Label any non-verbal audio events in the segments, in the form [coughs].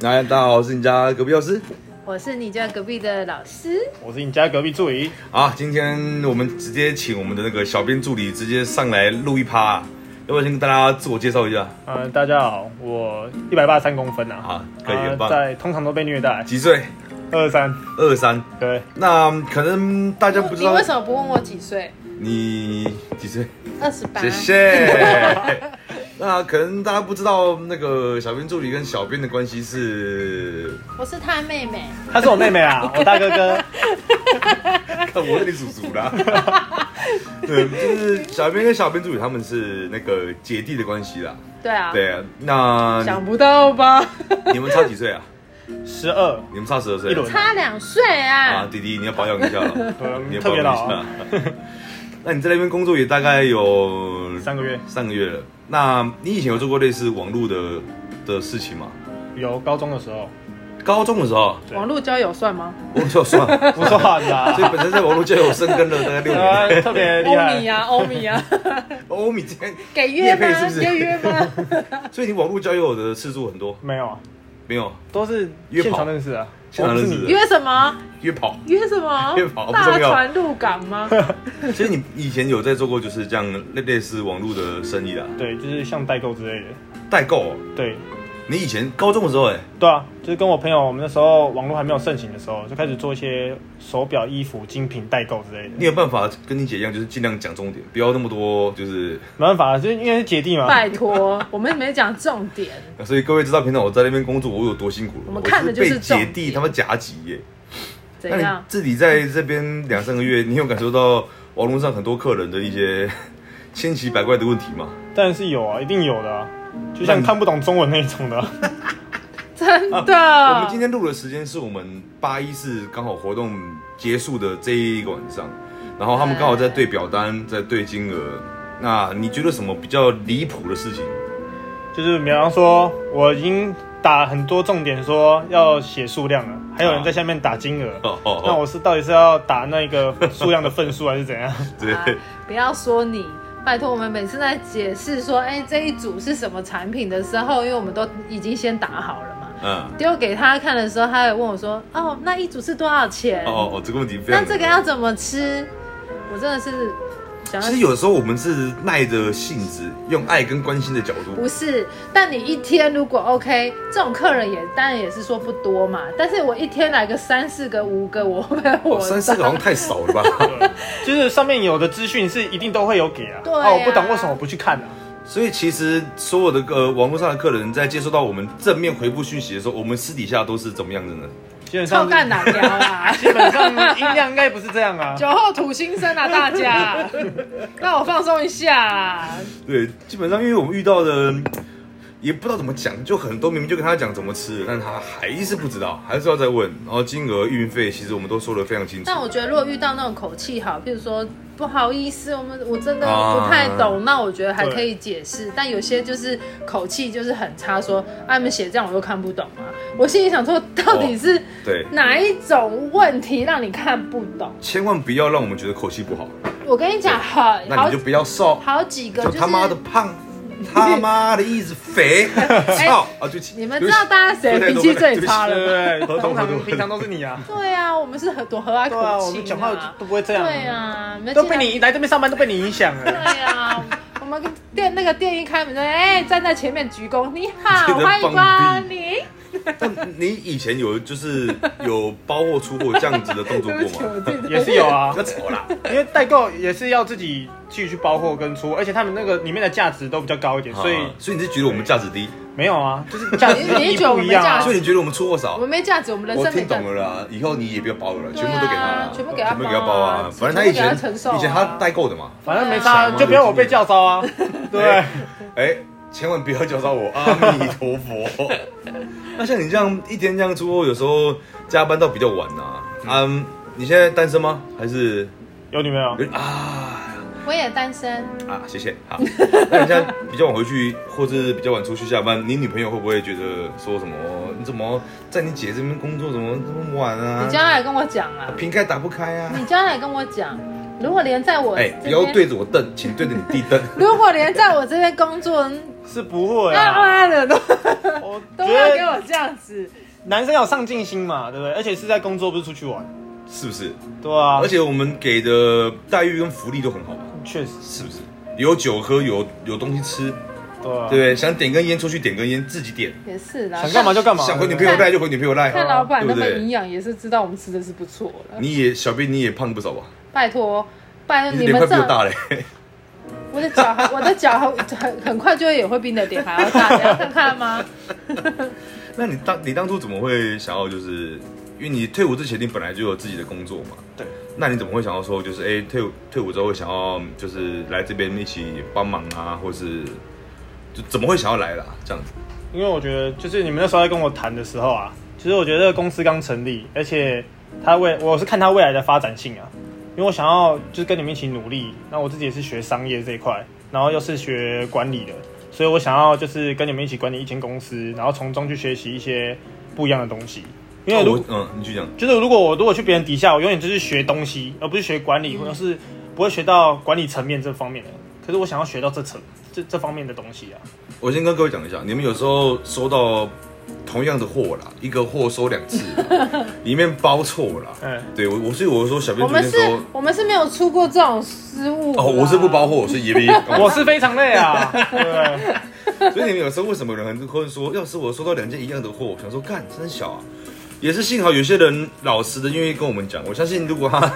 来，大家好，我是你家隔壁老师。我是你家隔壁的老师，我是你家隔壁助理，啊，今天我们直接请我们的那个小编助理直接上来录一趴，要不要先跟大家自我介绍一下？嗯、大家好，我一百八三公分啊，啊可以啊很棒在通常都被虐待，几岁？二三，二三。对，那可能大家不知你道为什么不啊问我几岁？你几岁？二十八谢。 [laughs] 谢。那可能大家不知道那个小编助理跟小编的关系是，我是他妹妹，她是我妹妹 [laughs] 啊，我大哥哥，看我是你叔叔啦。 [laughs] 对，就是小编跟小编助理他们是那个姐弟的关系啦。对啊，对啊，那想不到吧？你们差几岁啊？十二，你们差十二岁一。轮差两岁啊，啊，弟弟，你要保养一 [laughs] 下了，你对要特保别养一老下啊，。 [laughs] 那你在那边工作也大概有三个月，三个月了，那你以前有做过类似网络的的事情吗？有高中的时候，高中的时候，对网络交友算吗？我就算 [laughs] 了，不算啦 [laughs] 所以，本身在网络界有深耕了大概六啊年。特别厉欧米害，啊，欧 [laughs] 米啊，欧米今天，给约业配吗？是不是要约 [laughs] 吗？所以你网络交友的次数很多，没有啊，没有都是约现跑场认识的，现场我不是认识的你约什么？约跑。约什么约跑？不大重要船入港吗？所以你以前有在做过就是这样类类似网络的生意啊，对，就是像代购之类的，代购哦。对，你以前高中的时候，哎，对啊，就是跟我朋友，我们那时候网络还没有盛行的时候，就开始做一些手表、衣服、精品代购之类的。你有办法跟你姐一样，就是尽量讲重点，不要那么多，就是没办法，就是因为是姐弟嘛，拜托，我们没讲重点，啊所以各位知道平常我在那边工作我有多辛苦了，我们看的就是我是被姐重弟点他们夹击耶。怎那样你？自己在这边两三个月，你有感受到网络上很多客人的一些 [laughs] 千奇百怪的问题吗？当然是有啊，一定有的、啊，就那像你看不懂中文那一种的 [laughs] 啊、真哎啊我们今的，天录的时间是我们八一四刚好活动结束的这一个晚上，然后他们刚好在对表单，在对金额。那你觉得什么比较离谱的事情？ [laughs] 就是比方说，我已经打很多重点说要写数量了，还有人在下面打金额。哦哦那我是到底是要打那个数量的份数还是怎 [laughs] 样？对，啊不要说你。拜托，我们每次在解释说，哎、这一组是什么产品的时候，因为我们都已经先打好了嘛，嗯，丢给他看的时候，他还问我说：“哦，那一组是多少钱？哦哦哦，这个问题非常那。这个要怎么吃？”我真的是想其实要有时候我们是耐着性子，用爱跟关心的角度，不是，但你一天如果 OK，这种客人也当然也是说不多嘛，但是我一天来个三四个、五个，我会不会哦，我三四 [laughs] 个好像太少 [laughs] 了吧？就是上面有的资讯是一定都会有给啊。对啊我不懂为什么我不去看啊？所以其实所有的呃网络上的客人在接收到我们正面回复讯息的时候，我们私底下都是怎么样的呢？基本臭上，干哪条 [laughs] 啊啦？基本上音量应该不是这样 [laughs] 啊。酒后吐心声啊，大 [laughs] 家，让我放松一下啦。对，基本上因为我们遇到的嗯也不知道怎么讲，就很多明明就跟他讲怎么吃，但他还是不知道，还是要再问。然后金额、运费，其实我们都说的非常清楚但。我觉得，如果遇到那种口气好，譬如说不好意思，我们我真的啊不太懂，那我觉得还可以解释。但有些就是口气就是很差，说啊你们写这样我又看不懂啊。我心里想说，到底是哦对，哪一种问题让你看不懂？千万不要让我们觉得口气不好，我跟你讲，很那好你就不要瘦，好几个就就是他妈的 [laughs] 胖，他妈的一直肥， [laughs] 操啊！就你们知道大家谁脾气最差对了不 [laughs] 都吗？对？懂都通常懂平常都是你啊。对啊，我们是很多和蔼对啊，可我亲、们讲话都不会这样。对。啊，没都被你来这边上班都被你影响了。对啊呀， [laughs] 我们店那个店一开门就哎、站在前面鞠躬，你好，真的欢迎放光临。但你以前有 [laughs] 就是有包货出货这样子的动作对不起，过吗？我自己在 [laughs] 也是有啊不要，吵啦！因为代购也是要自己自己去包货跟出，而且他们那个里面的价值都比较高一点，所以啊所以你是觉得我们价值低，没有啊，就是价值你你一觉得我不们一样价啊值所。以你觉得我们出货少我？们没价值，我们人我生没听价懂值。了啦，以后你也不要包了，对全部都给他啊啦，，全部给他全部给他包啊。反正他以全部给他前承受啊以前他代购的嘛，反正没差，对啊就不要我被叫招啊，对不对？哎，千万不要教到我，阿弥陀 [laughs] 佛。那像你这样一天这样出货，有时候加班到比较晚呐。嗯，你现在单身吗？还是有女朋友？啊？我也单身，啊，谢谢。好， [laughs] 那你现在比较晚回去，或是比较晚出去下班，你女朋友会不会觉得说什么？你怎么在你姐这边工作，怎么这么晚啊你？将来跟我讲啊，瓶盖打不开啊！你将来跟我讲，嗯如果连在我哎、不这要边 [laughs] 对着我瞪，请对着你弟瞪。如果连在我这边工作是不会那啊。妈的都我都觉要给得我这样子，男生要有上进心嘛，对不对？而且是在工作，不是出去玩，是不是？对啊而。且我们给的待遇跟福利都很好吧？确实，是不是？有酒喝，有有东西吃，对啊。对不对？想点根烟出去点根烟，自己点，也是啦。想干嘛就干嘛。想回女朋友对赖就回女朋友 [laughs] 看赖。老板那么对不对营养，也是知道我们吃的是不错了。你也小兵，你也胖不少吧？拜托，拜托你你脸们快这比我大样，嘞。我的脚还，我的脚还很很快就会也会比你的脸还要大，你要看 [laughs] 看吗？那你当你当初怎么会想要就是，因为你退伍之前你本来就有自己的工作嘛，不对？那你怎么会想要说就是哎、退伍退伍之后会想要就是来这边一起帮忙啊，或是就怎么会想要来啦？这样子，因为我觉得，就是你们那时候在跟我谈的时候啊，其实我觉得这个公司刚成立，而且他未我是看他未来的发展性啊，因为我想要就是跟你们一起努力。那我自己也是学商业这一块，然后又是学管理的，所以我想要就是跟你们一起管理一间公司，然后从中去学习一些不一样的东西。因为那如我嗯，你去讲，就是如果我如果去别人底下，我永远就是学东西，而不是学管理，或者是不会学到管理层面这方面的。可是我想要学到这层这这方面的东西啊。我先跟各位讲一下，你们有时候收到同样的货啦，一个货收两次， [laughs] 里面包错啦。嗯对我我所以我说小编我昨们天是说，我们是没有出过这种失误啦。哦， [laughs] 我是不包货，我 [laughs] 是也哦没。我是非常累啊，对不 [laughs] 对？ [laughs] 所以你们有时候为什么有人很会说，要是我收到两件一样的货，我想说干真小啊，也是幸好有些人老实的愿意跟我们讲。我相信如果他 [laughs]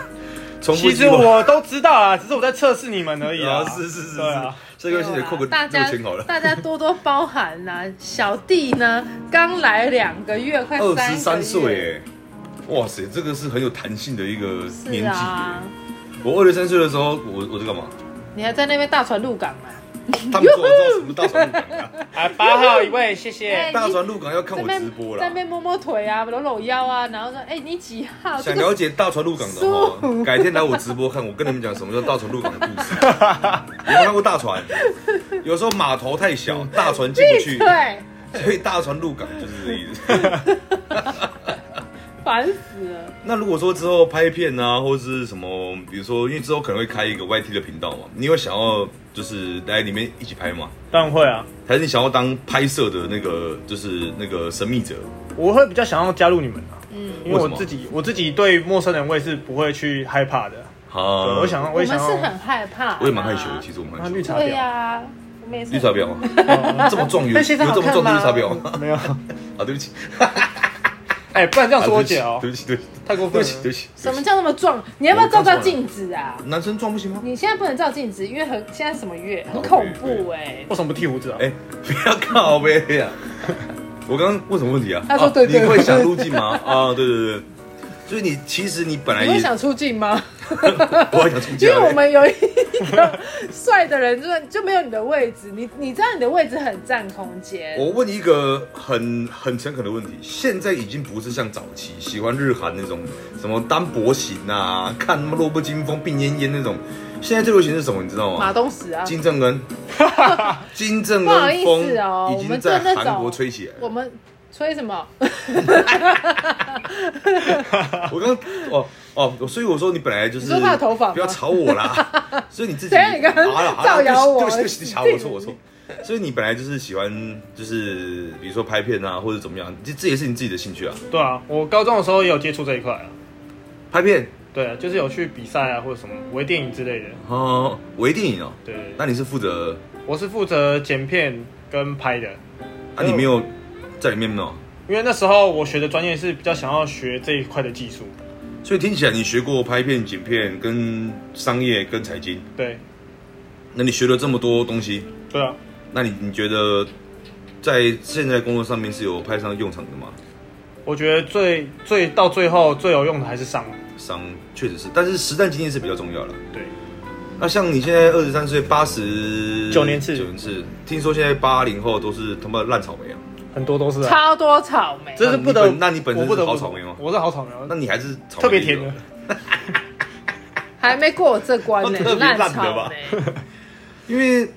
重复其实我都知道啊，只 [laughs] 是我在测试你们而已啊。啊，是是是是，对啊这个星期扣个大六家千好了，大家多多包涵呐、小弟呢，刚来两个月，快二三十三个月，岁哎，哇塞，这个是很有弹性的一个是年纪。啊，我二十三岁的时候，我我在干嘛？你还在那边大船入港嘛？他们说我知道什么大船入港啊，啊，八号一位，谢哎谢。大船入港要看在我那直播边在啦那。边摸摸腿啊，搂搂腰啊，然后说，哎、你几号？想这了个解大船入港的哦，改天来我直播看，我跟你们讲什么叫大船入港的故事。有没有看过大船？有时候码头太小，大船进不去， [laughs] 对，所以大船入港就是这个意思。烦死了。那如果说之后拍片啊，或是什么，比如说，因为之后可能会开一个 YT 的频道嘛，你有想要就是来里面一起拍吗？当然会啊，还是你想要当拍摄的那个，就是那个神秘者？我会比较想要加入你们啊，嗯，因为为我什么自己我自己对陌生人我也是不会去害怕的。对啊呃我想要，我也们想是要很，害怕、我也蛮害羞的，其实我蛮害啊羞绿的。茶对婊呀、我们也是绿茶婊啊，这么壮有有但现在这么壮的绿茶婊吗？吗？哦 [laughs] 没有。啊，对不起，哎，不然这样说我姐啊哦对，不起，对不起，太过对不分起，对不了。起。什么叫那么壮？你要不要照照镜子啊？男生撞不行吗？你现在不能照镜子，因为很现在什么月，很恐怖哎、为什么不剃胡子啊？哎、不要靠呗呀、我刚刚问什么问题啊？他说啊对对你会想入境吗？啊，对对对。所以你其实你本来你也会，想出镜吗？我还想出因家、为我欸。们有一个 [laughs] 帅的人，就就没有你的位置，你你知道你的位置很占空间。我问你一个很很诚恳的问题，现在已经不是像早期喜欢日韩那种什么单薄型啊，看什么弱不禁风、病恹恹那种。现在最流行是什么？你知道马吗？东石啊，金正 [laughs] 恩，金正不好恩意风思哦已我经们对在那种韩国吹起来了。我们吹什么？ [laughs] 我刚哦哦，所以我说你本来就是你说他的头发吗不要吵我 [laughs] 啦。所以你自己，等一下你刚刚好了好了造谣我对不起对不起，对不起好我错我自错。所以你本来就是喜欢，就是比如说拍片啊，或者怎么样，这这也是你自己的兴趣啊。对啊，我高中的时候也有接触这一块啊。拍片对啊，就是有去比赛啊，或者什么微电影之类的。哦，微电影哦，对对，对那你是负责我是负责剪片跟拍的。啊？你没有在里面呢，因为那时候我学的专业是比较想要学这一块的技术，所以听起来你学过拍片、剪片、跟商业、跟财经，对，那你学了这么多东西，对啊，那你你觉得在现在工作上面是有派上用场的吗？我觉得最最到最后最有用的还是啊商，商确实是，但是实战经验是比较重要的。对，那像你现在二十三岁，八十九年次九年次，听说现在八零后都是他妈烂草莓啊！很多都是、啊，超多草莓，这是不得，那你本那你本身我不得是不好草莓吗我是好草莓啊，那你还是草莓特别甜的的，，还没过我这关呢、特别烂烂的草吧莓。因为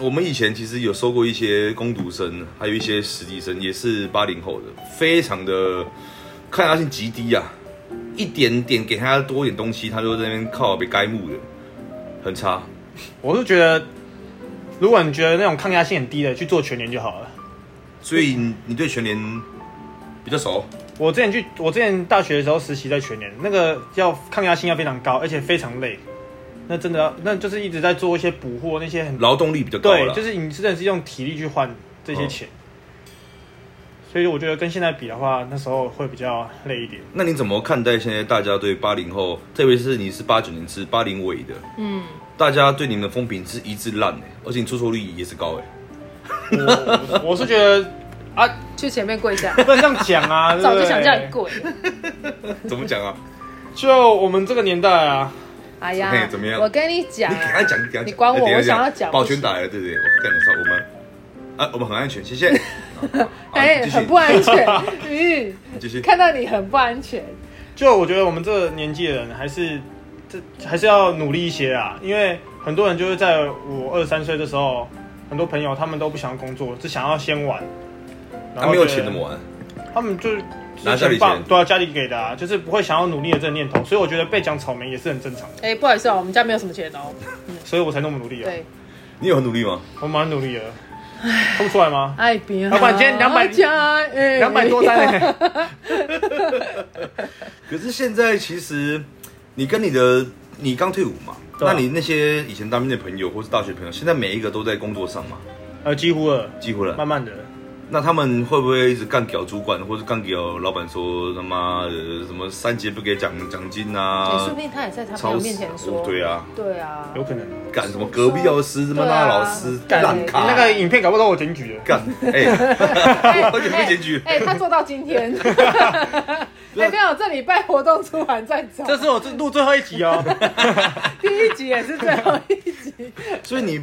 我们以前其实有收过一些攻读生，还有一些实习生，也是八零后的，非常的抗压性极低啊，一点点给他多一点东西，他就在那边靠被该木的，很差。我是觉得如果你觉得那种抗压性很低的，去做全年就好了。所以你你对全联比较熟，我之前去，我之前大学的时候实习在全年，那个要抗压性要非常高，而且非常累。那真的要，那就是一直在做一些补货那些很劳动力比较高对，了。就是你真的是用体力去换这些钱。嗯所以我觉得跟现在比的话，那时候会比较累一点。那你怎么看待现在大家对八零后，特别是你是八九年是八零尾的，嗯，大家对你们的风评是一致烂哎、而且你出错率也是高哎、 [laughs] 我我是觉得啊，去前面跪下，不能这样讲啊，对不 [laughs] 早就对想叫你跪。怎么讲啊？就我们这个年代啊，哎呀嘿，怎么样我跟你 [laughs] 讲你给他啊，讲，你给他讲，你管我哎等一下我想要等一下讲保全打来了，对不对？我干得少，我们啊，我们很安全，谢 [laughs] 谢。哎，继续很不 [laughs] 安全。嗯，继续，看到你很不安全。就我觉得我们这个年纪的人还是这还是要努力一些啊，因为很多人就是在我二三岁的时候，很多朋友他们都不想要工作，只想要先玩。然他后啊没有觉得钱怎么玩？他们就是拿家里就是爸钱对啊，家里给的啊，就是不会想要努力的这个念头，所以我觉得被讲草莓也是很正常的，哎，不好意思哦，我们家没有什么钱哦。所以我才那么努力啊，对，你有很努力吗？我蛮努力的， [laughs] 看不出来 [laughs] 吗？哎，别哎老板今天200加，两两百多单、欸，可是现在其实你跟你的你刚退伍嘛，对啊那你那些以前当兵的朋友或是大学朋友，现在每一个都在工作上嘛，呃，几乎了，几乎了。慢慢的，那他们会不会一直干屌主管或者干屌老板说他妈的什么三节不给奖奖金 [laughs] 哎说啊不？定他也在他朋超友死面前说，对啊，对啊，有可能干什么隔壁教师他妈对啊那老师干烂咖那个影片搞不到我检举了。干哎，哎好久没检举哎，哎他做到今 [laughs] 天，哎，没有，这礼拜活动出完再走，这是我录最后一集哦。第一集也是最后一集，所以你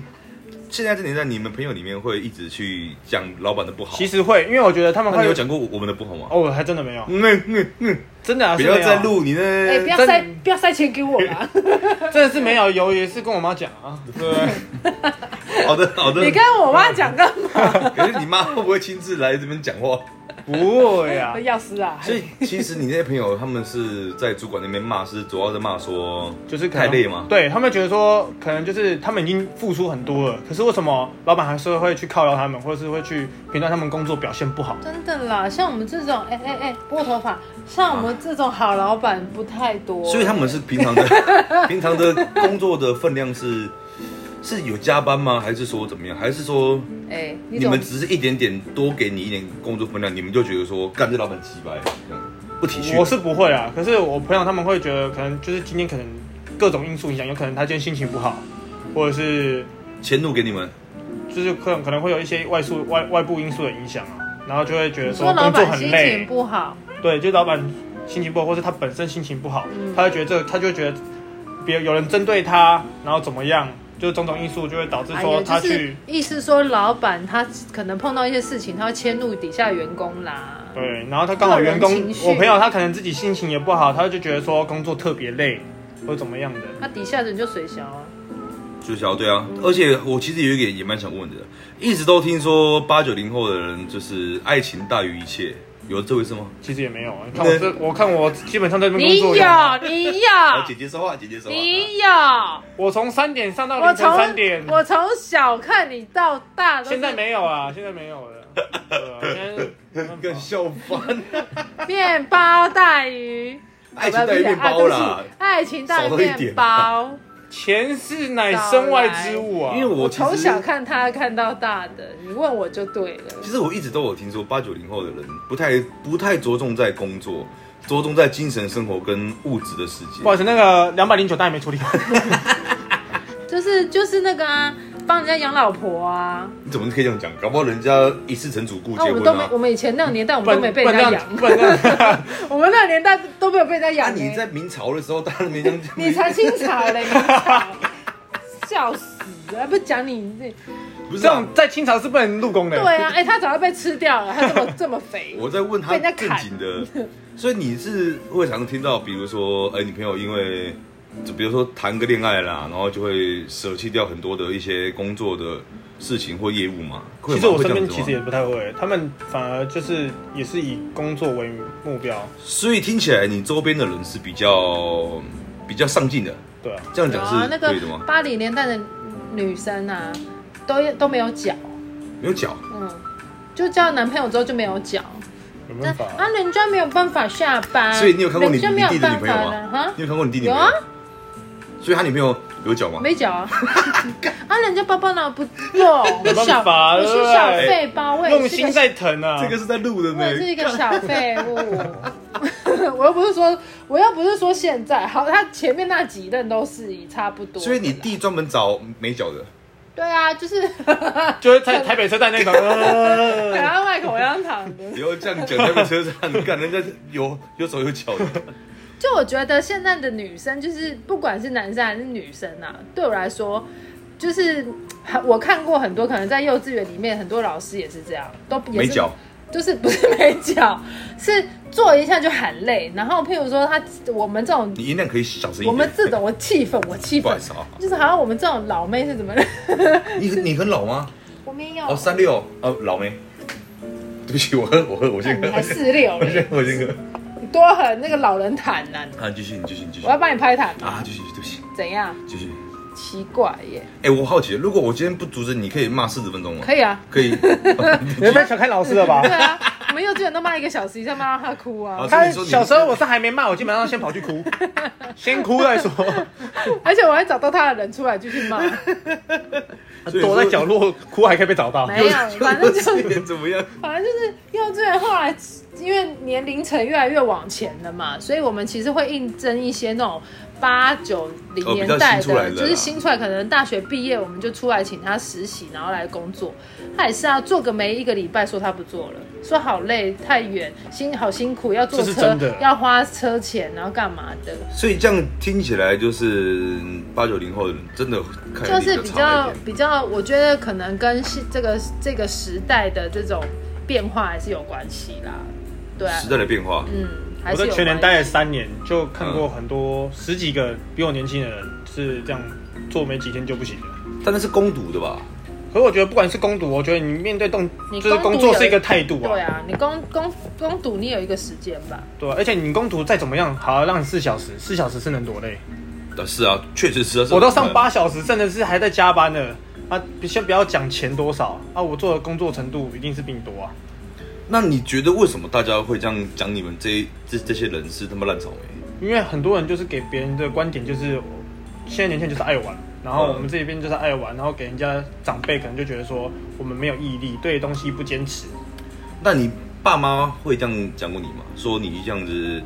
现在这年代，你们朋友里面会一直去讲老板的不好 [laughs] 其。实会，因为我觉得他们那你会有讲过我们的不好吗？哦，我还真的没有，嗯嗯嗯，真的啊，不要是没有再，录你哎，不那要塞不要塞钱给我啊 [laughs] 啦，真的是没有。有也是跟我妈讲啊，对， [laughs] 好的好的。你跟我妈讲干嘛？可是你妈会不会亲自来这边讲话？ [laughs] 不会啊，要死啊！所以其实你那些朋友他们是在主管那边骂，是主要在骂说就是可能太累吗？对他们觉得说，可能就是他们已经付出很多了，可是为什么老板还是会去犒劳他们，或者是会去评断他们工作表现不好？真的啦，像我们这种，哎哎哎，拨头发，像我们这种好老板不太多，所以他们是平常的 [laughs] 平常的工作的分量是是有加班吗？还是说怎么样？还是说哎，你你怎么们只是一点点多给你一点工作分量，你们就觉得说干这老板鸡掰这样不体恤？我是不会啊，可是我朋友他们会觉得，可能就是今天可能各种因素影响，有可能他今天心情不好，或者是钱都给你们，就是可能可能会有一些外宿外外部因素的影响啊，然后就会觉得说说老工作板很心累情，不好，对，就老板心情不好，或是他本身心情不好，嗯他会觉得这，他就会觉得别有人针对他，然后怎么样，就是种种因素就会导致哎说呀，他就去、是意思说老板他可能碰到一些事情，他会迁怒底下员工啦。对，然后他刚好员工个人情，绪我朋友他可能自己心情也不好，他就觉得说工作特别累或者怎么样的，那底下人就水小啊，就是小对啊。而且我其实有一点也蛮想问的，一直都听说八九零后的人就是爱情大于一切，有这回事吗？其实也没有啊。你看我这，我看我基本上在这边你工作有有啊，你 [laughs] 好，姐有姐说话，姐姐说话。你有，我从三点上啊到我凌晨从三点，我从小看你到大，都是现在没有啊，现在没有了。对啊现在 [laughs] 没办法更笑翻，面包带 [laughs] 鱼， [laughs] 爱情大于面包啦啊对不起。爱情大于少了一面点包。钱是乃身外之物啊，因为我我其实从小，看他看到大的，你问我就对了。其实我一直都有听说八九零后的人不太不太着重在工作，着重在精神生活跟物质的世界不。好意思，那个两百零九单还没处理完。就是就是那个啊，帮人家养老婆啊，你怎么可以这样讲？搞不好人家一世成主顾那、结我们婚都没啊，。我们以前那个年代，我不们 [laughs] 都没然被人家养，不然这样不然这 [laughs] 样我们那个年代都没有被人家那养、欸。啊你在明朝的时候，大家都没这样 [laughs] 讲。你才清朝 [laughs] 嘞，你才笑死了！不讲你你不是这啊种？在清朝是不能入宫的。对啊，哎、他早就被吃掉了，他这 [laughs] 么这么肥，我在问他被人家正砍经的，所以你是会常听到，比如说，哎、你朋友因为，就比如说谈个恋爱啦，然后就会舍弃掉很多的一些工作的事情或业务嘛。会吗其实我会这身样边子其吗实也不太会，他们反而就是也是以工作为目标，所以听起来你周边的人是比较比较上进的，对啊，这样有讲啊，是那个对的吗？八零年代的女生啊，都都没有缴，没有缴，嗯，就交了男朋友之后就没有缴。有那办法、啊，人家没有办法下班，所以你有看过你人家啊没有你弟的办女朋友法吗的哈你有看过你弟弟有没啊，所以他女朋友有缴吗？没缴 [laughs] 啊，啊，人家包包拿不用，我办小法我是小对费包，我用也是心个在疼啊！这个是在录的我呢也。是一个小废 [laughs] 物。我又不是说，我又不是说现在好，他前面那几任都是以差不多的啦。所以你弟专门找没缴的，对啊， [laughs] 就是就是在台北车站 [laughs] 那种，给呃他卖口香糖的。不要这样讲，那个车上干人家有有手有脚的，就我觉得现在的女生，就是不管是男生还是女生啊，对我来说，就是很我看过很多，可能在幼稚园里面，很多老师也是这样，都也没是缴，就是不是没脚，是做一下就喊累。然后譬如说他，我们这种你音量可以小声一点。我们这种我气愤，我气不好愤意，思啊，就是好像我们这种老妹是怎么？ [laughs] 你你很老吗？我没有，哦，三六哦，老没。对不起，我喝我喝我先看喝你，嗯还四六我先嘞，我先喝。你多很那个老人谈呐、啊，继续你继续你继续我要帮你拍谈啊，继续对不起怎样？继续。奇怪耶，哎，我好奇，如果我今天不阻止你，可以骂四十分钟吗？可以啊，可 [laughs] 以。你们小看老师了吧对？啊，我们幼稚园都骂一个小时以上，骂到他哭啊好，他小时候我是还没骂，我基本上先跑去哭， [laughs] 先哭再说，而且我还找到他的人出来继续骂，所以躲在角落哭还可以被找到。 [laughs] 没有，反正就是幼稚园怎么样？反正就是幼稚园后来，因为年龄层越来越往前了嘛，所以我们其实会应征一些那种八九零哦年比较代新出来的啦就是新出来，可能大学毕业我们就出来请他实习，然后来工作。他也是啊，做个没一个礼拜，说他不做了，说好累太远，辛好辛苦，要坐这是车真的，要花车钱，然后干嘛的，所以这样听起来就是八九零后真的哎看就起来是比差较了一点比较，我觉得可能跟是这个这个时代的这种变化还是有关系啦，对啊、时代的变化。嗯，还我是在有全年关待系了三年，就看过很多十几个比我年轻的人是这样做，没几天就不行了。但那是攻读的吧？可是我觉得不管是攻读，我觉得你面对动你就是攻读工有作是一个态度啊对，啊，你攻攻攻读你有一个时间吧？对啊，而且你攻读再怎么样，好让你四小时，四小时是能多累？啊，是啊，确实是啊。是啊我都上八小时，真的是还在加班呢。啊，先不要讲钱多少啊，我做的工作程度一定是比你多啊。那你觉得为什么大家会这样讲你们这这这些人是他妈烂草莓？因为很多人就是给别人的观点就是，现在年轻人就是爱玩，然后嗯我们这边就是爱玩，然后给人家长辈可能就觉得说我们没有毅力，对东西不坚持。那你爸妈会这样讲过你吗？说你这样子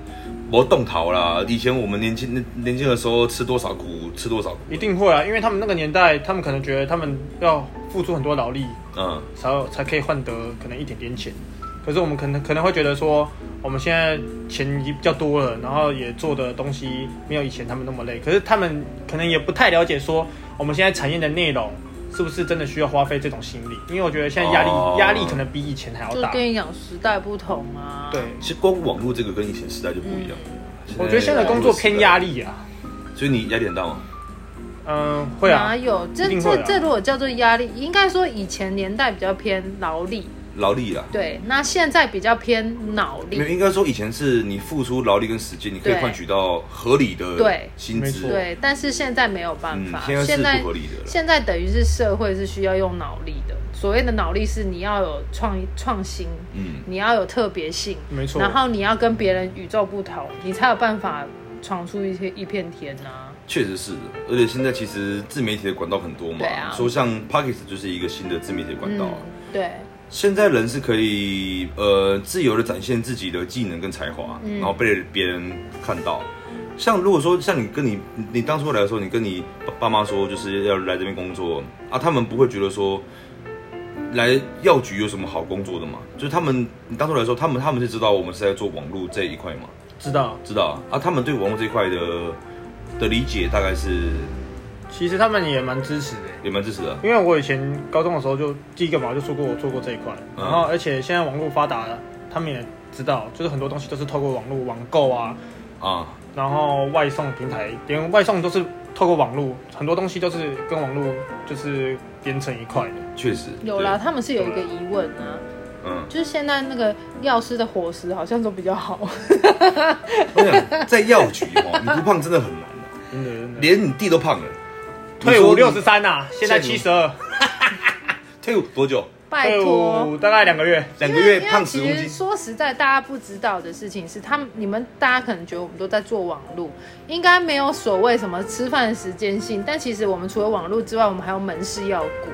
我动逃啦？以前我们年轻年轻的时候吃多少苦吃多少苦，一定会啊，因为他们那个年代，他们可能觉得他们要付出很多劳力，嗯，才有才可以换得可能一点点钱。可是我们可能可能会觉得说，我们现在钱已经比较多了，然后也做的东西没有以前他们那么累。可是他们可能也不太了解说，我们现在产业的内容是不是真的需要花费这种心力？因为我觉得现在压力、哦压力可能比以前还要就大。跟你讲时代不同啊。对，，其实光网络这个跟以前时代就不一样。嗯我觉得现在的工作偏压力，力啊，所以你压力很大吗？嗯，会哪啊，有这一定会这啊这如果叫做压力，应该说以前年代比较偏劳力，劳力啦，对，那现在比较偏脑没有，力，应该说以前是你付出劳力跟时间，你可以对换取到合理的对薪没资。错对，但是现在没有办嗯法，，现在是现在不合理的了。现在等于是社会是需要用脑力的，所谓的脑力是你要有创创新，嗯，你要有特别性，没错。然后你要跟别人与众不同，你才有办法闯出一些一片天啊呐、确实是的，而且现在其实自媒体的管道很多嘛对，啊说像 Pocket 就是一个新的自媒体的管道啊。嗯、对，现在人是可以呃自由的展现自己的技能跟才华，嗯然后被别人看到。像如果说像你跟你你你当初来的时候，你跟你爸爸妈说就是要来这边工作啊，他们不会觉得说来药局有什么好工作的嘛？就是他们你当初来的时候，他们他们是知道我们是在做网络这一块嘛，知道，知道啊？啊他们对网络这一块的的理解大概是其实他们也蛮支持的。也蛮支持的。啊因为我以前高中的时候就第一个嘛，就说过我做过这一块，嗯然后而且现在网络发达了，他们也知道，就是很多东西都是透过网络网购啊，啊，然后外送平台，连外送都是透过网络，很多东西都是跟网络就是连成一块的。确实有啦，，他们是有一个疑问啊，对嗯，就是现在那个药师的伙食好像都比较好，我想在药局 [laughs] 哦，你不胖真的很难啊、真的真的。连你弟都胖了，退伍六十啊你说三呐，现在七十二，退伍多久？拜退托，伍大概两个月，两因个为月因为胖十其公实斤。说实在，大家不知道的事情是，他们你们大家可能觉得我们都在做网路，应该没有所谓什么吃饭时间性，但其实我们除了网路之外，我们还有门市要顾，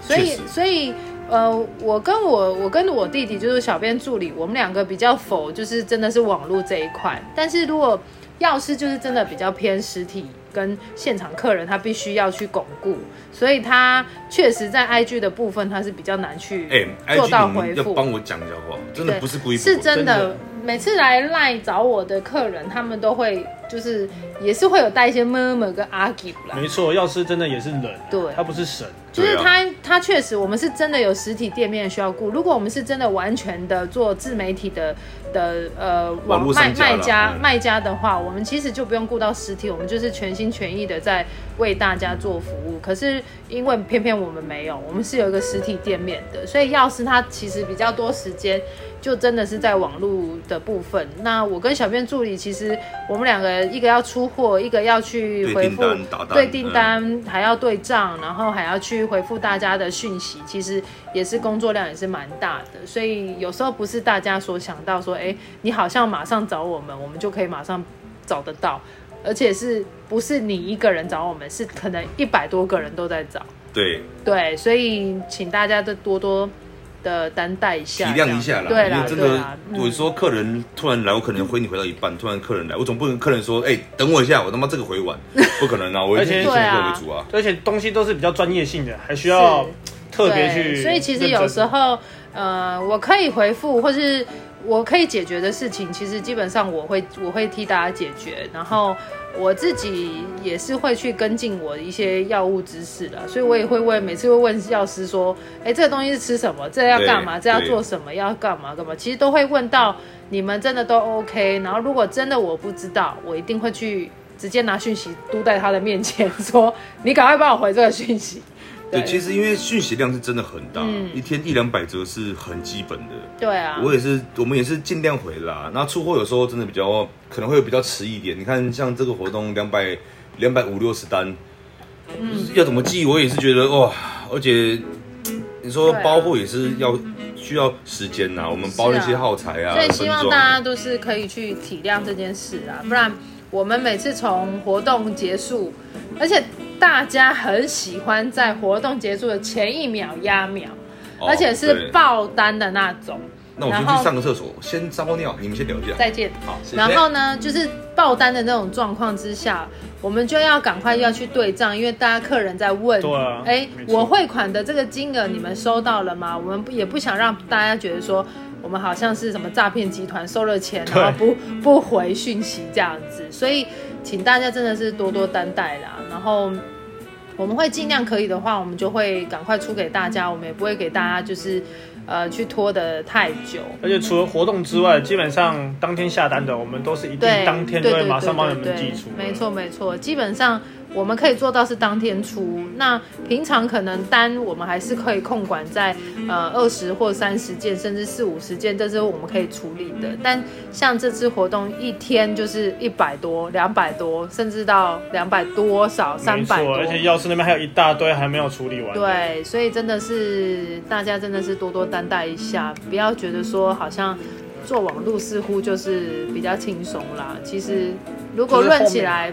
所以确实所以。呃，我跟我我跟我弟弟就是小编助理，我们两个比较否，就是真的是网络这一块。但是如果药师就是真的比较偏实体跟现场客人，他必须要去巩固，所以他确实在 IG 的部分他是比较难去哎做，IG 到你回们要复。帮我讲一下话，真的对不是故意，是真真的的。每次来赖找我的客人，他们都会就是也是会有带一些 murmur 跟 argue 啦，没错，药师真的也是人、对他不是神，就是对啊他他确实我们是真的有实体店面需要顾，如果我们是真的完全的做自媒体的的呃网络卖商家卖啦家嗯卖家的话，我们其实就不用顾到实体，我们就是全心全意的在为大家做服务。可是因为偏偏我们没有，我们是有一个实体店面的，所以药师他其实比较多时间就真的是在网络的部分。那我跟小编助理其实我们两个一个要出货，一个要去对回订复单打单对订嗯单。还要对账，然后还要去回复大家的讯息，其实也是工作量也是蛮大的，所以有时候不是大家所想到说，哎，你好像马上找我们，我们就可以马上找得到，而且是不是你一个人找我们，是可能一百多个人都在找，对，对，所以请大家都多多的担待一体下，谅一下啦，对因啦为，真对的啦，，嗯我说客人突然来，我可能回你回到一半，突然客人来，我总不能客人说，哎，等我一下，我他妈这个回完，不可能啊，我一而定且以对啊客为主啊。而且东西都是比较专业性的，还需要是特别对去。所以其实有时，候，呃，我可以回复或是我可以解决的事情，其实基本上我会我会替大家解决，然后我自己也是会去跟进我的一些药物知识的，所以我也会问，每次会问药师说，哎，这个东西是吃什么？这要干嘛？对这要对做什么？要干嘛干嘛？其实都会问到你们真的都 OK，然后如果真的我不知道，我一定会去。直接拿讯息嘟在他的面前，说：“你赶快帮我回这个讯息。对对，其实因为讯息量是真的很大，嗯一天一两百则是很基本的。”对啊，我也是，我们也是尽量回啦。那出货有时候真的比较可能会比较迟一点。你看，像这个活动两百两百五六十单，嗯要怎么记？我也是觉得哇，而且你说对啊包货也是要需要时间呐、我们包那是些啊耗材啊，所以分希望装大家都是可以去体谅这件事啊，不然我们每次从活动结束，而且大家很喜欢在活动结束的前一秒压秒，哦而且是对爆单的那种。那我先然后去上个厕所，先招尿，你们先聊一下。再见。好，谢谢然后呢，就是爆单的那种状况之下，我们就要赶快要去对账，因为大家客人在问，对啊哎，没错我汇款的这个金额你们收到了吗？我们不也不想让大家觉得说。我们好像是什么诈骗集团收了钱，对然后不不回讯息这样子，所以请大家真的是多多担待啦。然后我们会尽量可以的话，我们就会赶快出给大家，我们也不会给大家就是呃去拖得太久。而且除了活动之外，基本上当天下单的，我们都是一定对，当天对都对会对马上帮对你们对寄出。没错，没错，基本上我们可以做到是当天出。那平常可能单我们还是可以控管在呃二十或三十件，甚至四五十件，这是我们可以处理的。但像这次活动一天就是一百多、两百多，甚至到两百多少、三没百错，多。而且药师那边还有一大堆还没有处理完。，对，所以真的是大家真的是多多担待一下，不要觉得说好像做网络似乎就是比较轻松啦。其实如果论起来，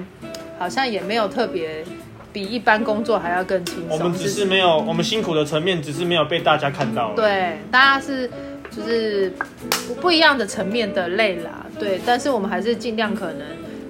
好像也没有特别比一般工作还要更轻松。我们只是没有，我们辛苦的层面只是没有被大家看到。，对大家是就是不不一样的层面的累啦，对，但是我们还是尽量可能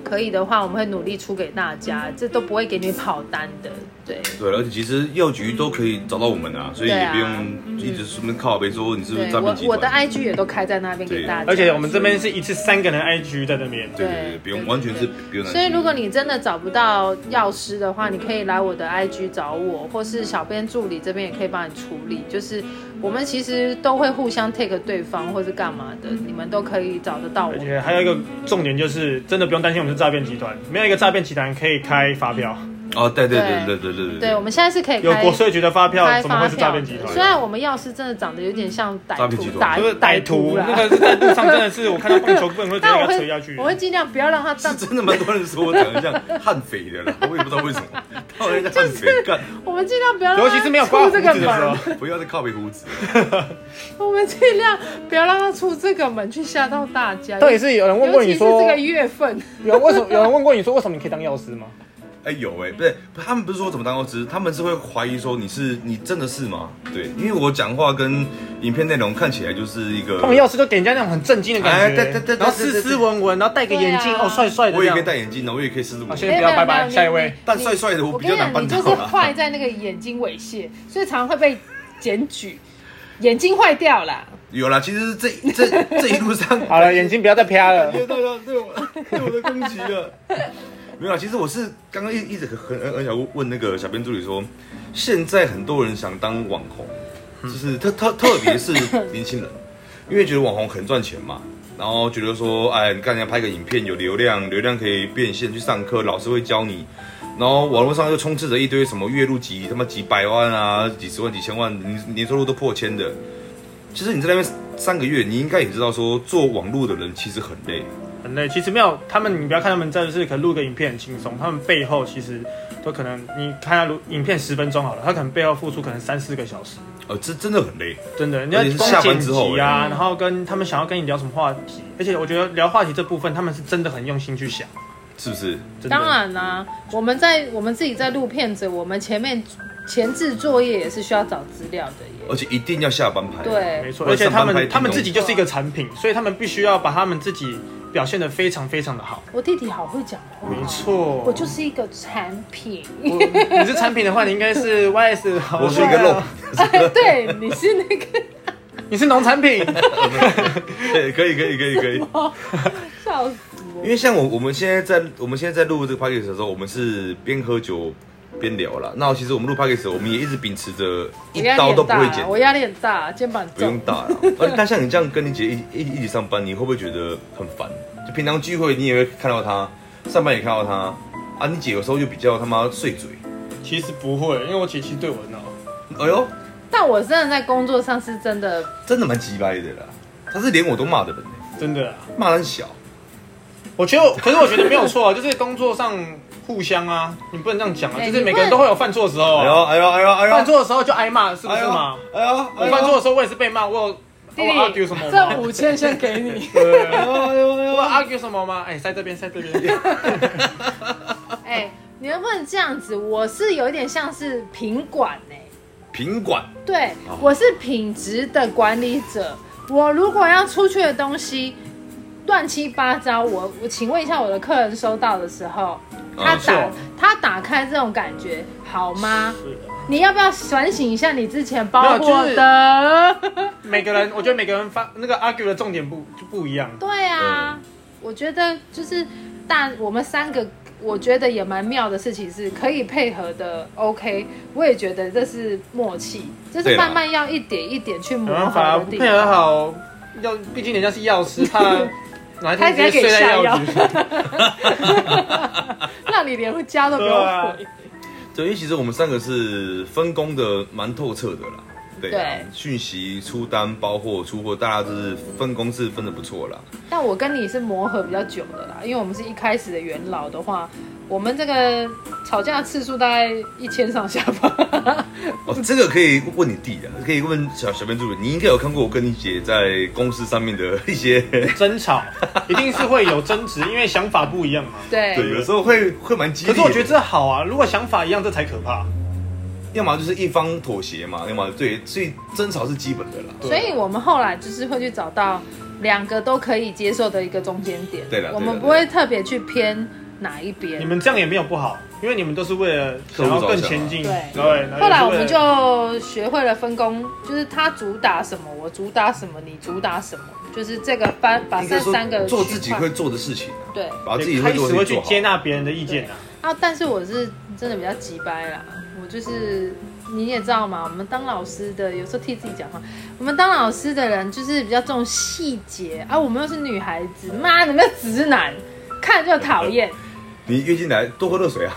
可以的话，我们会努力出给大家，这都不会给你跑单的，对。对，而且其实药局都可以找到我们啊，所以对也啊不用一直顺便靠背说你是不是对诈我骗集我团。的 IG 也都开在那边给对啊大家，而且我们这边是一次三个人 IG 在那边。对对对，不用，完全是不用担心。所以，如果你真的找不到药师的话，你可以来我的 IG 找我，或是小编助理这边也可以帮你处理。就是我们其实都会互相 take 对方，或是干嘛的，你们都可以找得到我而。且还有一个重点就是，真的不用担心我们是诈骗集团，没有一个诈骗集团可以开发票。哦，对对对对对对对对对，我们现在是可以有开国税局的发票开怎么发会是诈票骗集的。团？虽然我们药师真的长得有点像诈歹骗集徒，团啊歹就是歹徒，啦那。个是在路上真的是，我看到棒球棍会直接但给我他推下会 [laughs] 去。我会尽量不要让他当是 [laughs] 真的蛮多人说我长得像悍匪的啦，我也不知道为什么，到人家悍匪干，我们尽量不要让他尤其是没有刮胡出子这的个时候门，，不要再靠北胡子了。我们尽量不要让他出这个门去吓到大家。到底是有人问过尤其你是说这，个月 [laughs] 份，有为什么有人问过你说为什么你可以当药师吗？哎、有哎、不对，不是他们不是说怎么当药师，他们是会怀疑说你是你真的是吗？对，因为我讲话跟影片内容看起来就是一个，他们药师都给人家那种很震惊的感哎觉，对对对对然后对对斯斯对文文，然后戴个眼镜，对啊哦，帅帅的我这也样可以。戴眼镜的，啊我也可以是录好，的，现在不要拜拜，下一位。但帅帅的我我比跟你较难讲，办你到就是啦坏在那个眼睛猥亵，所以常常会被检举，眼睛坏掉啦。有啦，其实这这这一路上，好了，眼睛不要再啪了。谢谢大家对我对我的攻击了。没有啦，其实我是刚刚一一直很很很想问那个小编助理说，现在很多人想当网红，就是特特特别是年轻人，因为觉得网红很赚钱嘛，然后觉得说，哎，你看人家拍个影片有流量，流量可以变现，去上课，老师会教你。然后网络上又充斥着一堆什么月入几他妈几百万啊，几十万、几千万，年年收入都破千的。其实你在那边三个月，你应该也知道说，做网络的人其实很累。很累。其实没有他们，你不要看他们在就是可能录个影片很轻松，他们背后其实都可能，你看他录影片十分钟好了，他可能背后付出可能三四个小时，呃，这真的很累。真的。你要且是光下剪班之后嗯辑啊，然后跟他们想要跟你聊什么话题，而且我觉得聊话题这部分他们是真的很用心去想，是不是？真的。当然啦、我们在我们自己在录片子，我们前面前置作业也是需要找资料的耶。而且一定要下班拍。，没对，错，我而且他上班拍们电动他们自己就是一个产品，所以他们必须要把他们自己表现得非常非常的好。我弟弟好会讲话，没，错，我就是一个产品。 [laughs] 我 [laughs] 你是产品的话，你应该 [laughs] 是 YS，好我是一个帅肉哦，哎，对，你是那个，你是农产品， [laughs] 对，可以，可以，可以，可以。笑死我。因为像我，我们现在在我们现在在录这个 p o d c a s t 的时候，我们是边喝酒边聊啦。那其实我们录 p o d c a s t 我们也一直秉持着一我压力刀很都不大会啊剪，我压力很大，肩膀不用重。打了。而 [laughs] 但像你这样跟你姐一一一起上班，你会不会觉得很烦？就平常聚会你也会看到她，上班也看到她啊。你姐有时候就比较他妈碎嘴。 [laughs] 其实不会，因为我姐其实对我很好。哎呦，但我真的在工作上是真的，真的蛮鸡掰的啦。她是连我都骂的人欸、真的啊，骂得很小。我觉得，可是我觉得没有 [laughs] 错啊，就是工作上互相啊，你不能这样讲啊，哎就是每个人都会有犯错的时候哎啊，呦，哎呦，哎呦，哎呦，犯错的时候就挨骂，是不是嘛？？哎呦，我犯错的时候我也是被骂，我有弟我 argue 弟哦什么，哦这吗？五千先给你。 [laughs] 哎呦对哎呦哎我呦有 argue 什么吗？哎，在这边，在 [laughs] 这边，哎、你能不能这样子？我是有一点像是品管哎、品管对哦我是品质的管理者。我如果要出去的东西乱七八糟，我我请问一下我的客人收到的时候，他是打、哦他打开这种感觉好吗？啊你要不要反省一下你之前包没有裹就是的？每个人，我觉得每个人发那个 argue 的重点不就不一样，对啊，嗯我觉得就是大我们三个，我觉得也蛮妙的事情是可以配合的。OK，我也觉得这是默契，就是对啦慢慢要一点一点去没磨办法，合的不地配合方。好，要毕竟人家是药师，怕哪一他天直接直给接睡在下药药局。让你连家都不对啊用回。对，因为其实我们三个是分工的蛮透彻的啦。对啊对讯息出单、包货、出货，大家就是分工是分的不错啦。但我跟你是磨合比较久的啦，因为我们是一开始的元老的话，我们这个吵架次数大概一千上下吧。 [laughs] 哦，这个可以问你弟的，可以问小小编助理，你应该有看过我跟你姐在公司上面的一些， [laughs] 争吵，一定是会有争执，因为想法不一样嘛。对，对，有时候会会蛮激烈可的。是我觉得这好啊，如果想法一样，这才可怕。要么就是一方妥协嘛，要么对，所以争吵是基本的啦。所以我们后来就是会去找到两个都可以接受的一个中间点。对啦我对们啦不会特别去偏哪一你边。们这样也没有不好，因为你们都是为了想要更前进。客户着想对，然后来我也们是为了就学会了分工，就是他主打什么，我主打什么，你主打什么，就是这个班把应啊这该说三个做区自己块会做的事情、啊，对把自己开会始做的会事去情接做好。纳别人的意见啊。啊，但是我是真的比较急掰啦，我就是你也知道嘛，我们当老师的有时候替自己讲话，我们当老师的人就是比较重细节啊，我们又是女孩子，妈的，那直男看着就讨厌，你月经来多喝热水啊。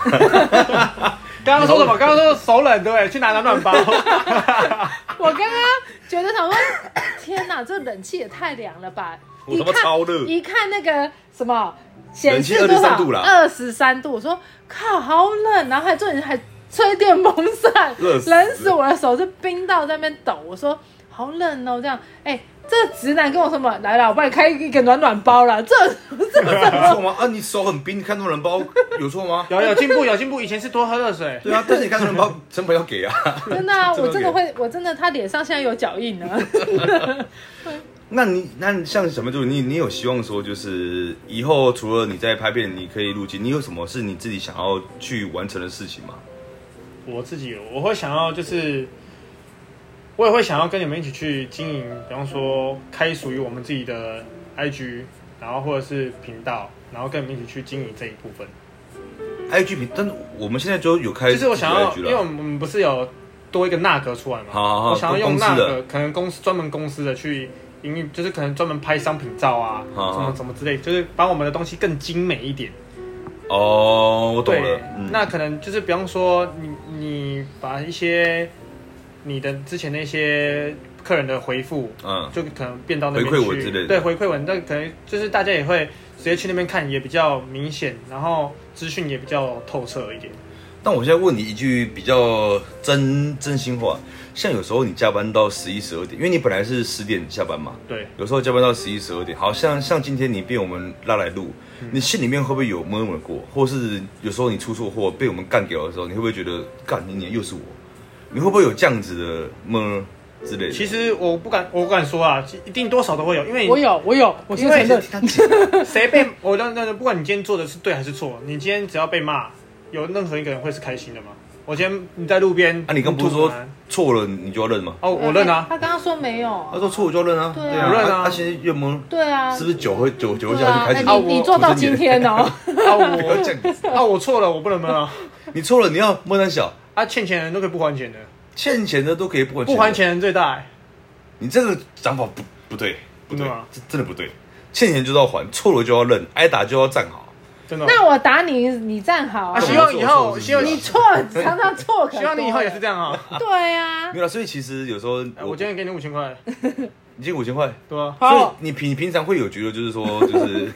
刚刚说什么？刚刚说手冷对不对？去拿暖暖包。 [laughs] 我刚刚觉得想说， [coughs] 天哪，这冷气也太凉了吧！我他妈一看超热一看那个什么显示冷多气少23度啦二十三度，我说靠，好冷，然后还重点还吹电风扇， [laughs] 热死冷死我的手是冰到在那边抖，我说好冷哦，这样，哎、这个直男跟我说什么？来了，我帮你开一个暖暖包啦。这这有错吗？啊，你手很冰，你看暖人包有错吗？有有进步，有进步。以前是多喝热水。对啊，但是你看暖人包成本要给啊。真的、啊，这我个真的会，我真的，他脸上现在有脚印呢。 [laughs] 那你那像小妹猪，你你有希望说，就是以后除了你在拍片，你可以入境，你有什么是你自己想要去完成的事情吗？我自己我会想要就是，我也会想要跟你们一起去经营，比方说开属于我们自己的 IG，然后或者是频道，然后跟你们一起去经营这一部分。 IG 频，但我们现在就有开，就是我想要，因 IG 为我了。们我们不是有多一个那格出来嘛，好好好我想要用那公司格，可能公司专门公司的去营运，就是可能专门拍商品照啊，好好什么什么之类，就是把我们的东西更精美一点。哦，我懂对了。嗯，那可能就是比方说你你把一些你的之前那些客人的回复，嗯，就可能变到那边回馈去文之类的对回馈文，那可能就是大家也会直接去那边看，也比较明显，然后资讯也比较透彻一点。但我现在问你一句比较真真心话，像有时候你加班到十一十二点，因为你本来是十点下班嘛，对，有时候加班到十一十二点，好像像今天你被我们拉来录，嗯你心里面会不会有 murmur 过，或是有时候你出错货被我们干掉的时候，你会不会觉得干你娘又是我？你会不会有这样子的 murmur 之类的？其实我不敢，我不敢说啊，一定多少都会有，因哎为我有，我有，我先因为承认。哎他讲谁被 [laughs] 我那那不管你今天做的是对还是错，你今天只要被骂，有任何一个人会是开心的吗？我今天你在路边，啊，你刚不是说吐痰错了你就要认吗？哦，我 [laughs] 认啊，他刚刚说没有。他说错我就要认啊，对啊他我认啊他现在又 murmur，对啊，是不是酒喝酒酒对喝下去开始啊哎吐真你你言？做到今天哦，啊不要这我样子， [laughs] 啊我错了，我不能闷啊，你错了你要摸胆小。啊欠钱的人都可以不还钱的，欠钱的都可以不还钱，不还，钱的人最大、欸，你这个想法不不对，不对真的吗，这真的不对。欠钱就是要还，错了就要认，挨打就要站啊好。真的。 [laughs] 哦那我打你，你站好啊啊，！希望以我后，做我做希望我你做错，常常错，希望你以后也是这样。样啊。 [laughs] 对啊没，有啦，所以其实有时候哎我今天给你五千块，你借五千块，对吧？所以好，你平你平常会有觉得就是 [laughs] 说就是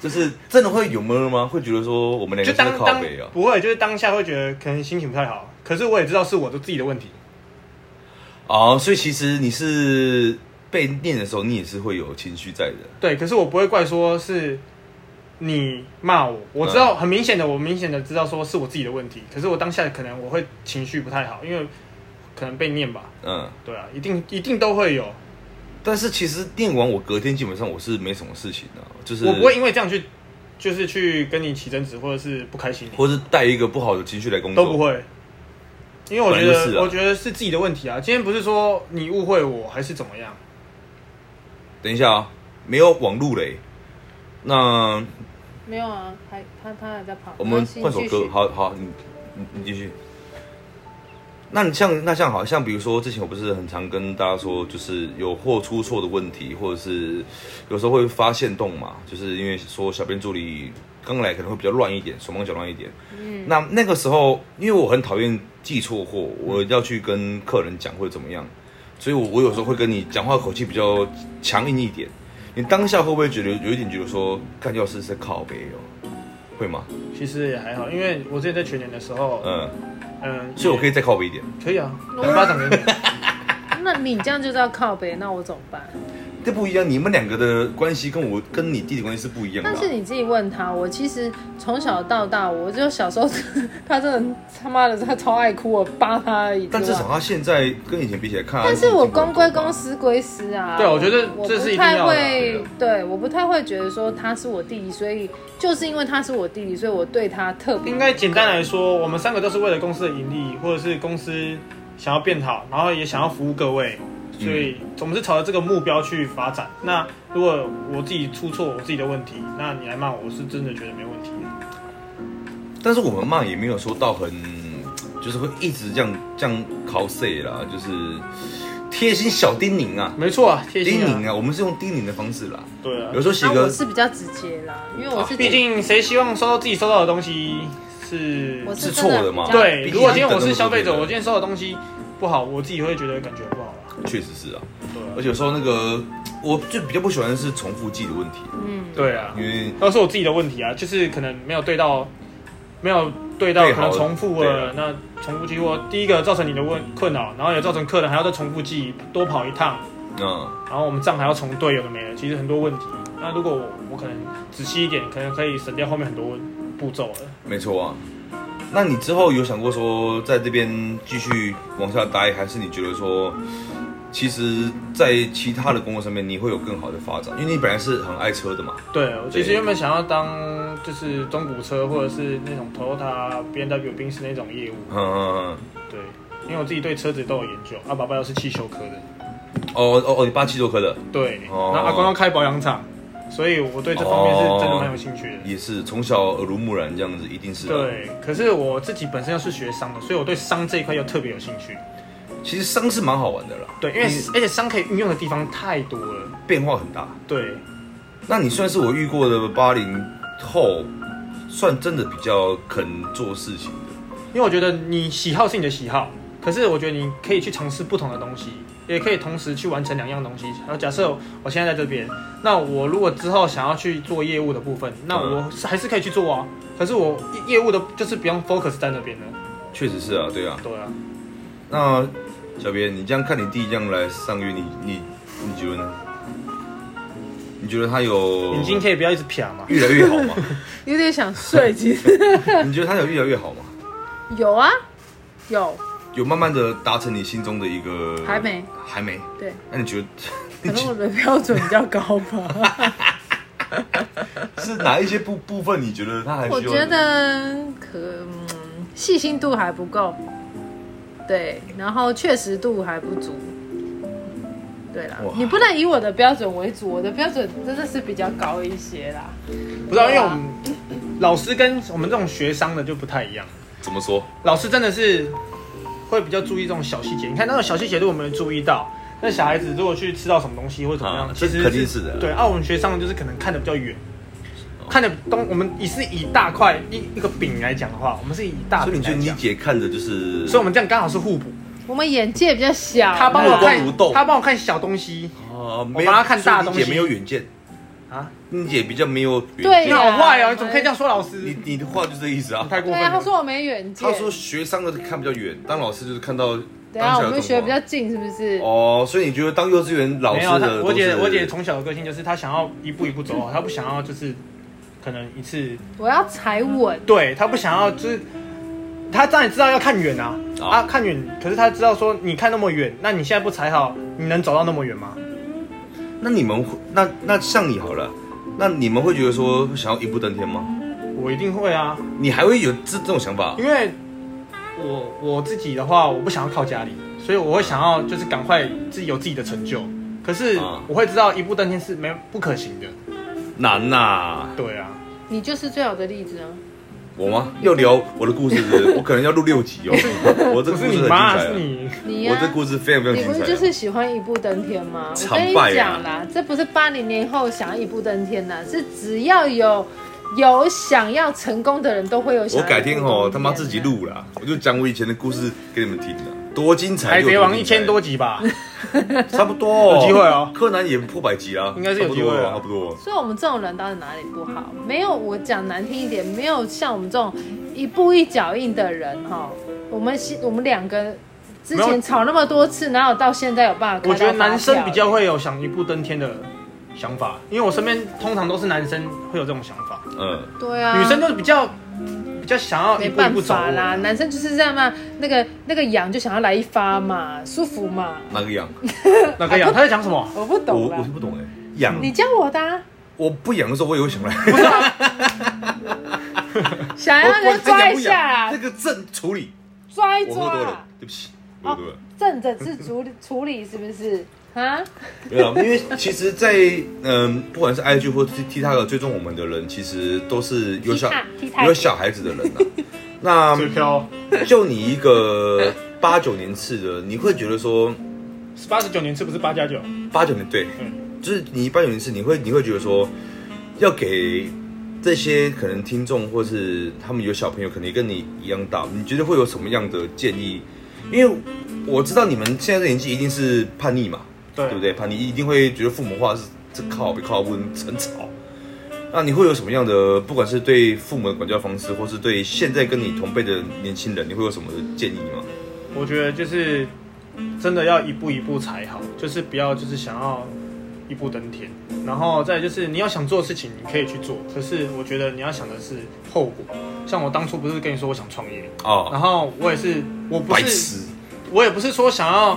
就是真的会有闷吗？会觉得说我们两个就是在当靠当北啊？不会，就是当下会觉得可能心情不太好，可是我也知道是我的自己的问题。哦，所以其实你是被念的时候，你也是会有情绪在的。对，可是我不会怪说是你骂我，我知嗯道很明显的，我明显的知道说是我自己的问题，可是我当下可能我会情绪不太好，因为可能被念吧，嗯，对啊，一定一定都会有，但是其实念完我隔天基本上我是没什么事情的、就是我不会因为这样去就是去跟你起争执或者是不开心你，或是带一个不好的情绪来工作，都不会。因为我觉本来就是得，啊我觉得是自己的问题啊。今天不是说你误会我还是怎么样，等一下啊、没有网路嘞。那没有啊，还他他还在跑。我们没换关系首继歌续，好好，你你你继续。那你像那像好像比如说之前我不是很常跟大家说，就是有货出错的问题，或者是有时候会发现洞嘛，就是因为说小编助理刚来可能会比较乱一点，手忙脚乱一点。嗯，那那个时候因为我很讨厌记错货，我要去跟客人讲或者怎么样，所以我我有时候会跟你讲话口气比较强硬一点。你当下会不会觉得有一点觉得说，干要是在靠北哦，会吗？其实也还好。因为我之前在全年的时候，嗯。嗯，所以我可以以再靠北一点。可以啊，两巴掌 [laughs] 给你。那你这样就是要靠北，那我怎么办？这不一样，你们两个的关系跟我跟你弟弟关系是不一样的啊、但是你自己问他，我其实从小到大，我就小时候 [laughs] 他真的他妈的他超爱哭，我扒他而已。但至少他现在跟以前比起来看啊，但是我公归公，你私归私啊。对我觉得我这是不一定太要的啊会，对，我不太会觉得说他是我弟弟，所以就是因为他是我弟弟，所以我对他特别应该简单来说，我们三个都是为了公司的盈利，或者是公司想要变好，然后也想要服务各位，嗯所以我们是朝着这个目标去发展。那如果我自己出错，我自己的问题，那你来骂我，我是真的觉得没问题。但是我们骂也没有说到很，就是会一直这样这样 cos 啦，就是贴心小叮咛啊，没错啊，贴叮心咛啊，啊，我们是用叮咛的方式啦。对啊有，时候写那我个是比较直接啦，因为我是毕竟谁希望收到自己收到的东西是我是是错的嘛嘛，对，毕竟如果今天是我是消费者，等等我今天收到东西不好，我自己会觉得感觉不好啊。确实是啊，而对啊且有时候那个我就比较不喜欢的是重复寄的问题，嗯，对啊，因为那是我自己的问题啊，就是可能没有对到，没有对到，对可能好重复了。那重复寄货，第一个造成你的问困扰，然后也造成客人还要再重复寄，多跑一趟，嗯然后我们账还要重对，有的没的，其实很多问题。那如果我我可能仔细一点，可能可以省掉后面很多问步骤了。没错啊。那你之后有想过说在这边继续往下待，还是你觉得说，其实，在其他的工作上面你会有更好的发展？因为你本来是很爱车的嘛，对，我其实对原本想要当就是中古车或者是那种 Toyota、B N W、宾士那种业务，嗯嗯对，因为我自己对车子都有研究，啊，爸爸又是汽修科的，嗯，哦哦哦，你爸汽修科的，对，哦那阿公要开保养厂，所以我对这方面是真的蛮有兴趣的。哦也是从小耳濡目染这样子，一定是的。对，可是我自己本身又是学商的，所以我对商这一块又特别有兴趣。其实商是蛮好玩的啦，对，因为你而且商可以运用的地方太多了。变化很大。对，那你算是我遇过的八零后，算真的比较肯做事情的。因为我觉得你喜好是你的喜好，可是我觉得你可以去尝试不同的东西，也可以同时去完成两样东西。然后假设我现在在这边，那我如果之后想要去做业务的部分，那嗯我是还是可以去做啊。可是我业业务的就是不用 focus 在那边了。确实是啊，对啊。对啊，那小编，你这样看你弟这样来上月，你你你觉得呢？你觉得他有你今天可以不要一直撇嘛。越来越好吗？有点想睡，其实你觉得他有越来越好吗？ [laughs] 有啊，有，有慢慢的达成你心中的一个？还没，还没。对，那你觉得？可能我的标准比较高吧。是哪一些部部分你觉得他还需要我努力？觉得可嗯细心度还不够，对，然后确实度还不足。对啦哇，你不能以我的标准为主，我的标准真的是比较高一些啦。不知道，因为我们老师跟我们这种学商的就不太一样，怎么说？老师真的是会比较注意这种小细节。你看那种小细节，如果没有注意到，那小孩子如果去吃到什么东西或怎么样，啊其实这肯定是的哦对，啊，我们学商就是可能看的比较远。看的东，我们也是以大块一一个饼来讲的话，我们是以大所以饼你觉来得你讲，姐看的就是？所以我们这样刚好是互补。我们眼界比较小，他帮我目光如看，豆他帮我看小东西哦，我把它看大的所以东你西姐没有远见，啊，你姐比较没有远见。对啊你呀好坏哦，你怎么可以这样说老师？你你你的话就这意思啊。太过对分啊，了他。说我没远见，他说学商的看比较远，当老师就是看到等一下当下的啊我们学状比况较近，是不是？哦，所以你觉得当幼稚园老没师有，他啊的我姐都是我姐从小的个性就是她想要一步一步走好，她不想要就是可能一次，我要踩稳，对她不想要就是她当然知道要看远啊啊啊看远，可是她知道说你看那么远，那你现在不踩好，你能走到那么远吗？那你们会那那像你好了，那你们会觉得说想要一步登天吗？我一定会啊，你还会有这这种想法？因为我我自己的话，我不想要靠家里，所以我会想要就是赶快自己有自己的成就。可是啊我会知道一步登天是没不可行的，难呐、对啊，你就是最好的例子啊！我吗？要聊我的故事是不 [laughs] 是，我可能要录六集哦。我这不故事很是你精妈，彩是啊，你。你我呀、这故事非常非常你精不彩是啊。就是喜欢一步登天吗？我常跟你败啊讲啦，这不是八零年后想要一步登天呐，是只要有有想要成功的人都会有想我要改天哦，一步登天啊他妈自己。录啦，我就讲我以前的故事给你们听啦，多精彩！海贼王又多一精彩千多集吧， [laughs] 差不多、哦，有机会哦柯南也破百集啦，应该是有机会啊差不多。哦所以我们这种人到底哪里不好？没有，我讲难听一点，没有像我们这种一步一脚印的人哈。我们是我们两个之没有前吵那么多次，哪有到现在有办法？我觉得男生比较。会有想一步登天的想法，因为我身边通常都是男生会有这种想法，嗯，对啊，女生都是比较比较想要一没步一办步走啊法路啦，男生就是这样嘛，那个那个痒就想要来一发嘛，舒服嘛，哪个痒？那个呀，他在讲什么？我哎不我懂我啦是。不懂哎、痒。你啊教我的、啊，我不痒的时候，我也会 [laughs] 想来。 [laughs] 想要就抓一下啊这，个正处理。抓一我喝多了抓，，对不起，哦我喝多了。正着是处理处理是不是？啊，没有啦，因为其实在，嗯，不管是 IG 或 T T 他的追踪我们的人，其实都是有小 TikTok 有小孩子的人 [laughs] 啊。那飘， [laughs] 就你一个八九年次的，你会觉得说，八十九年次不是八加九？八九年对，嗯就是你八九年次，你会你会觉得说，要给这些可能听众或是他们有小朋友，可能也跟你一样大，你觉得会有什么样的建议？因为我知道你们现在的年纪一定是叛逆嘛，对对不对？叛逆一定会觉得父母话是这靠别靠不很吵。那你会有什么样的，不管是对父母的管教方式，或是对现在跟你同辈的年轻人，你会有什么建议吗？我觉得就是真的要一步一步才好，就是不要就是想要一步登天。然后再来就是你要想做的事情，你可以去做，可是我觉得你要想的是后果。像我当初不是跟你说我想创业，哦，然后我也是，我不白是痴，我也不是说想要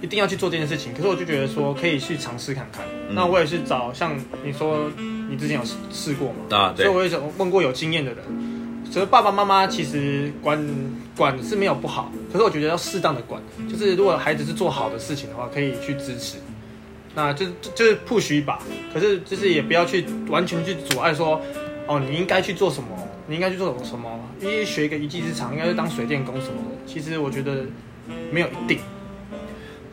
一定要去做这件事情，可是我就觉得说可以去尝试看看。嗯那我也是找像你说你之前有试试过嘛，啊对所以我也想问过有经验的人。所以爸爸妈妈其实管管是没有不好，可是我觉得要适当的管，就是如果孩子是做好的事情的话，可以去支持，那就就就是 push 一把，可是就是也不要去完全去阻碍说，哦，你应该去做什么，你应该去做什么，因为学一个一技之长，应该去当水电工什么的。其实我觉得没有一定，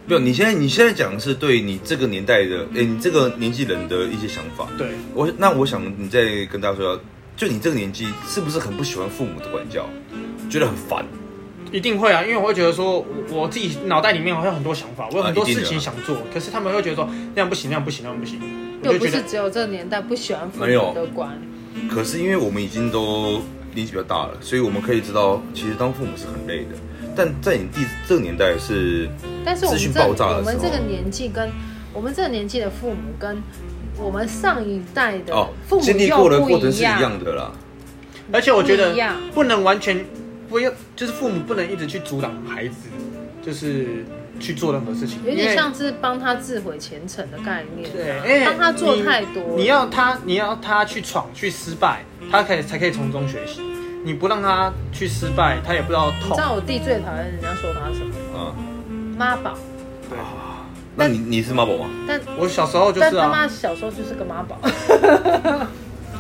没有，你现在你现在讲的是对你这个年代的，哎，你这个年纪人的一些想法。对，我那我想你再跟大家说，就你这个年纪是不是很不喜欢父母的管教，觉得很烦？一定会啊，因为我会觉得说，我我自己脑袋里面会有很多想法，我有很多啊一定事的情想做，可是他们会觉得说那样不行，那样不行，那样不行，我又就不觉是得只有这年代不喜欢父没有母的管，可是因为我们已经都年纪比较大了，所以我们可以知道，其实当父母是很累的。但在你弟这个年代是，但是我资们讯这爆炸的时候我们这个年纪跟我们这个年纪的父母跟我们上一代的哦父，母经历又过的过不程一是一样的啦。而且我觉得不一样不能完全不要，就是父母不能一直去阻挡孩子，就是去做任何事情，有因为点像是帮他自毁前程的概念对，啊，因为帮他做你太多了哎你要他，你要他去闯、去失败，他可以才可以从中学习。你不让他去失败，他也不知道你痛知。道我弟最讨厌人家说他什么啊，吗？妈宝。对，那你你是妈宝吗？但我小时候就但是他啊，妈小时候就是个妈宝，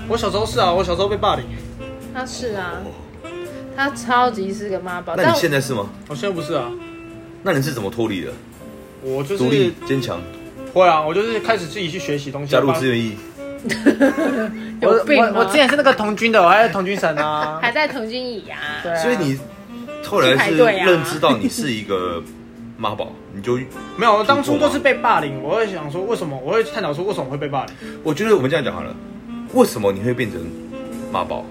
我小时候是啊，我小时候被霸凌。他是啊，他超级是个妈宝。那但你现在是吗？我现在不是啊，那你是怎么脱离的？我就独立是、坚强，会啊，我就是开始自己去学习东西。啊加入志愿役，我有病啊吗我我之前是那个童军的，我还在童军神啊还。在同军椅啊，对啊所以你后来去排是队啊认知到你是一个妈宝，你就没有，我当初都是被霸凌，我会想说为什么，我会探讨说为什么会被霸凌。我觉得我们这样讲好了，为什么你会变成妈宝？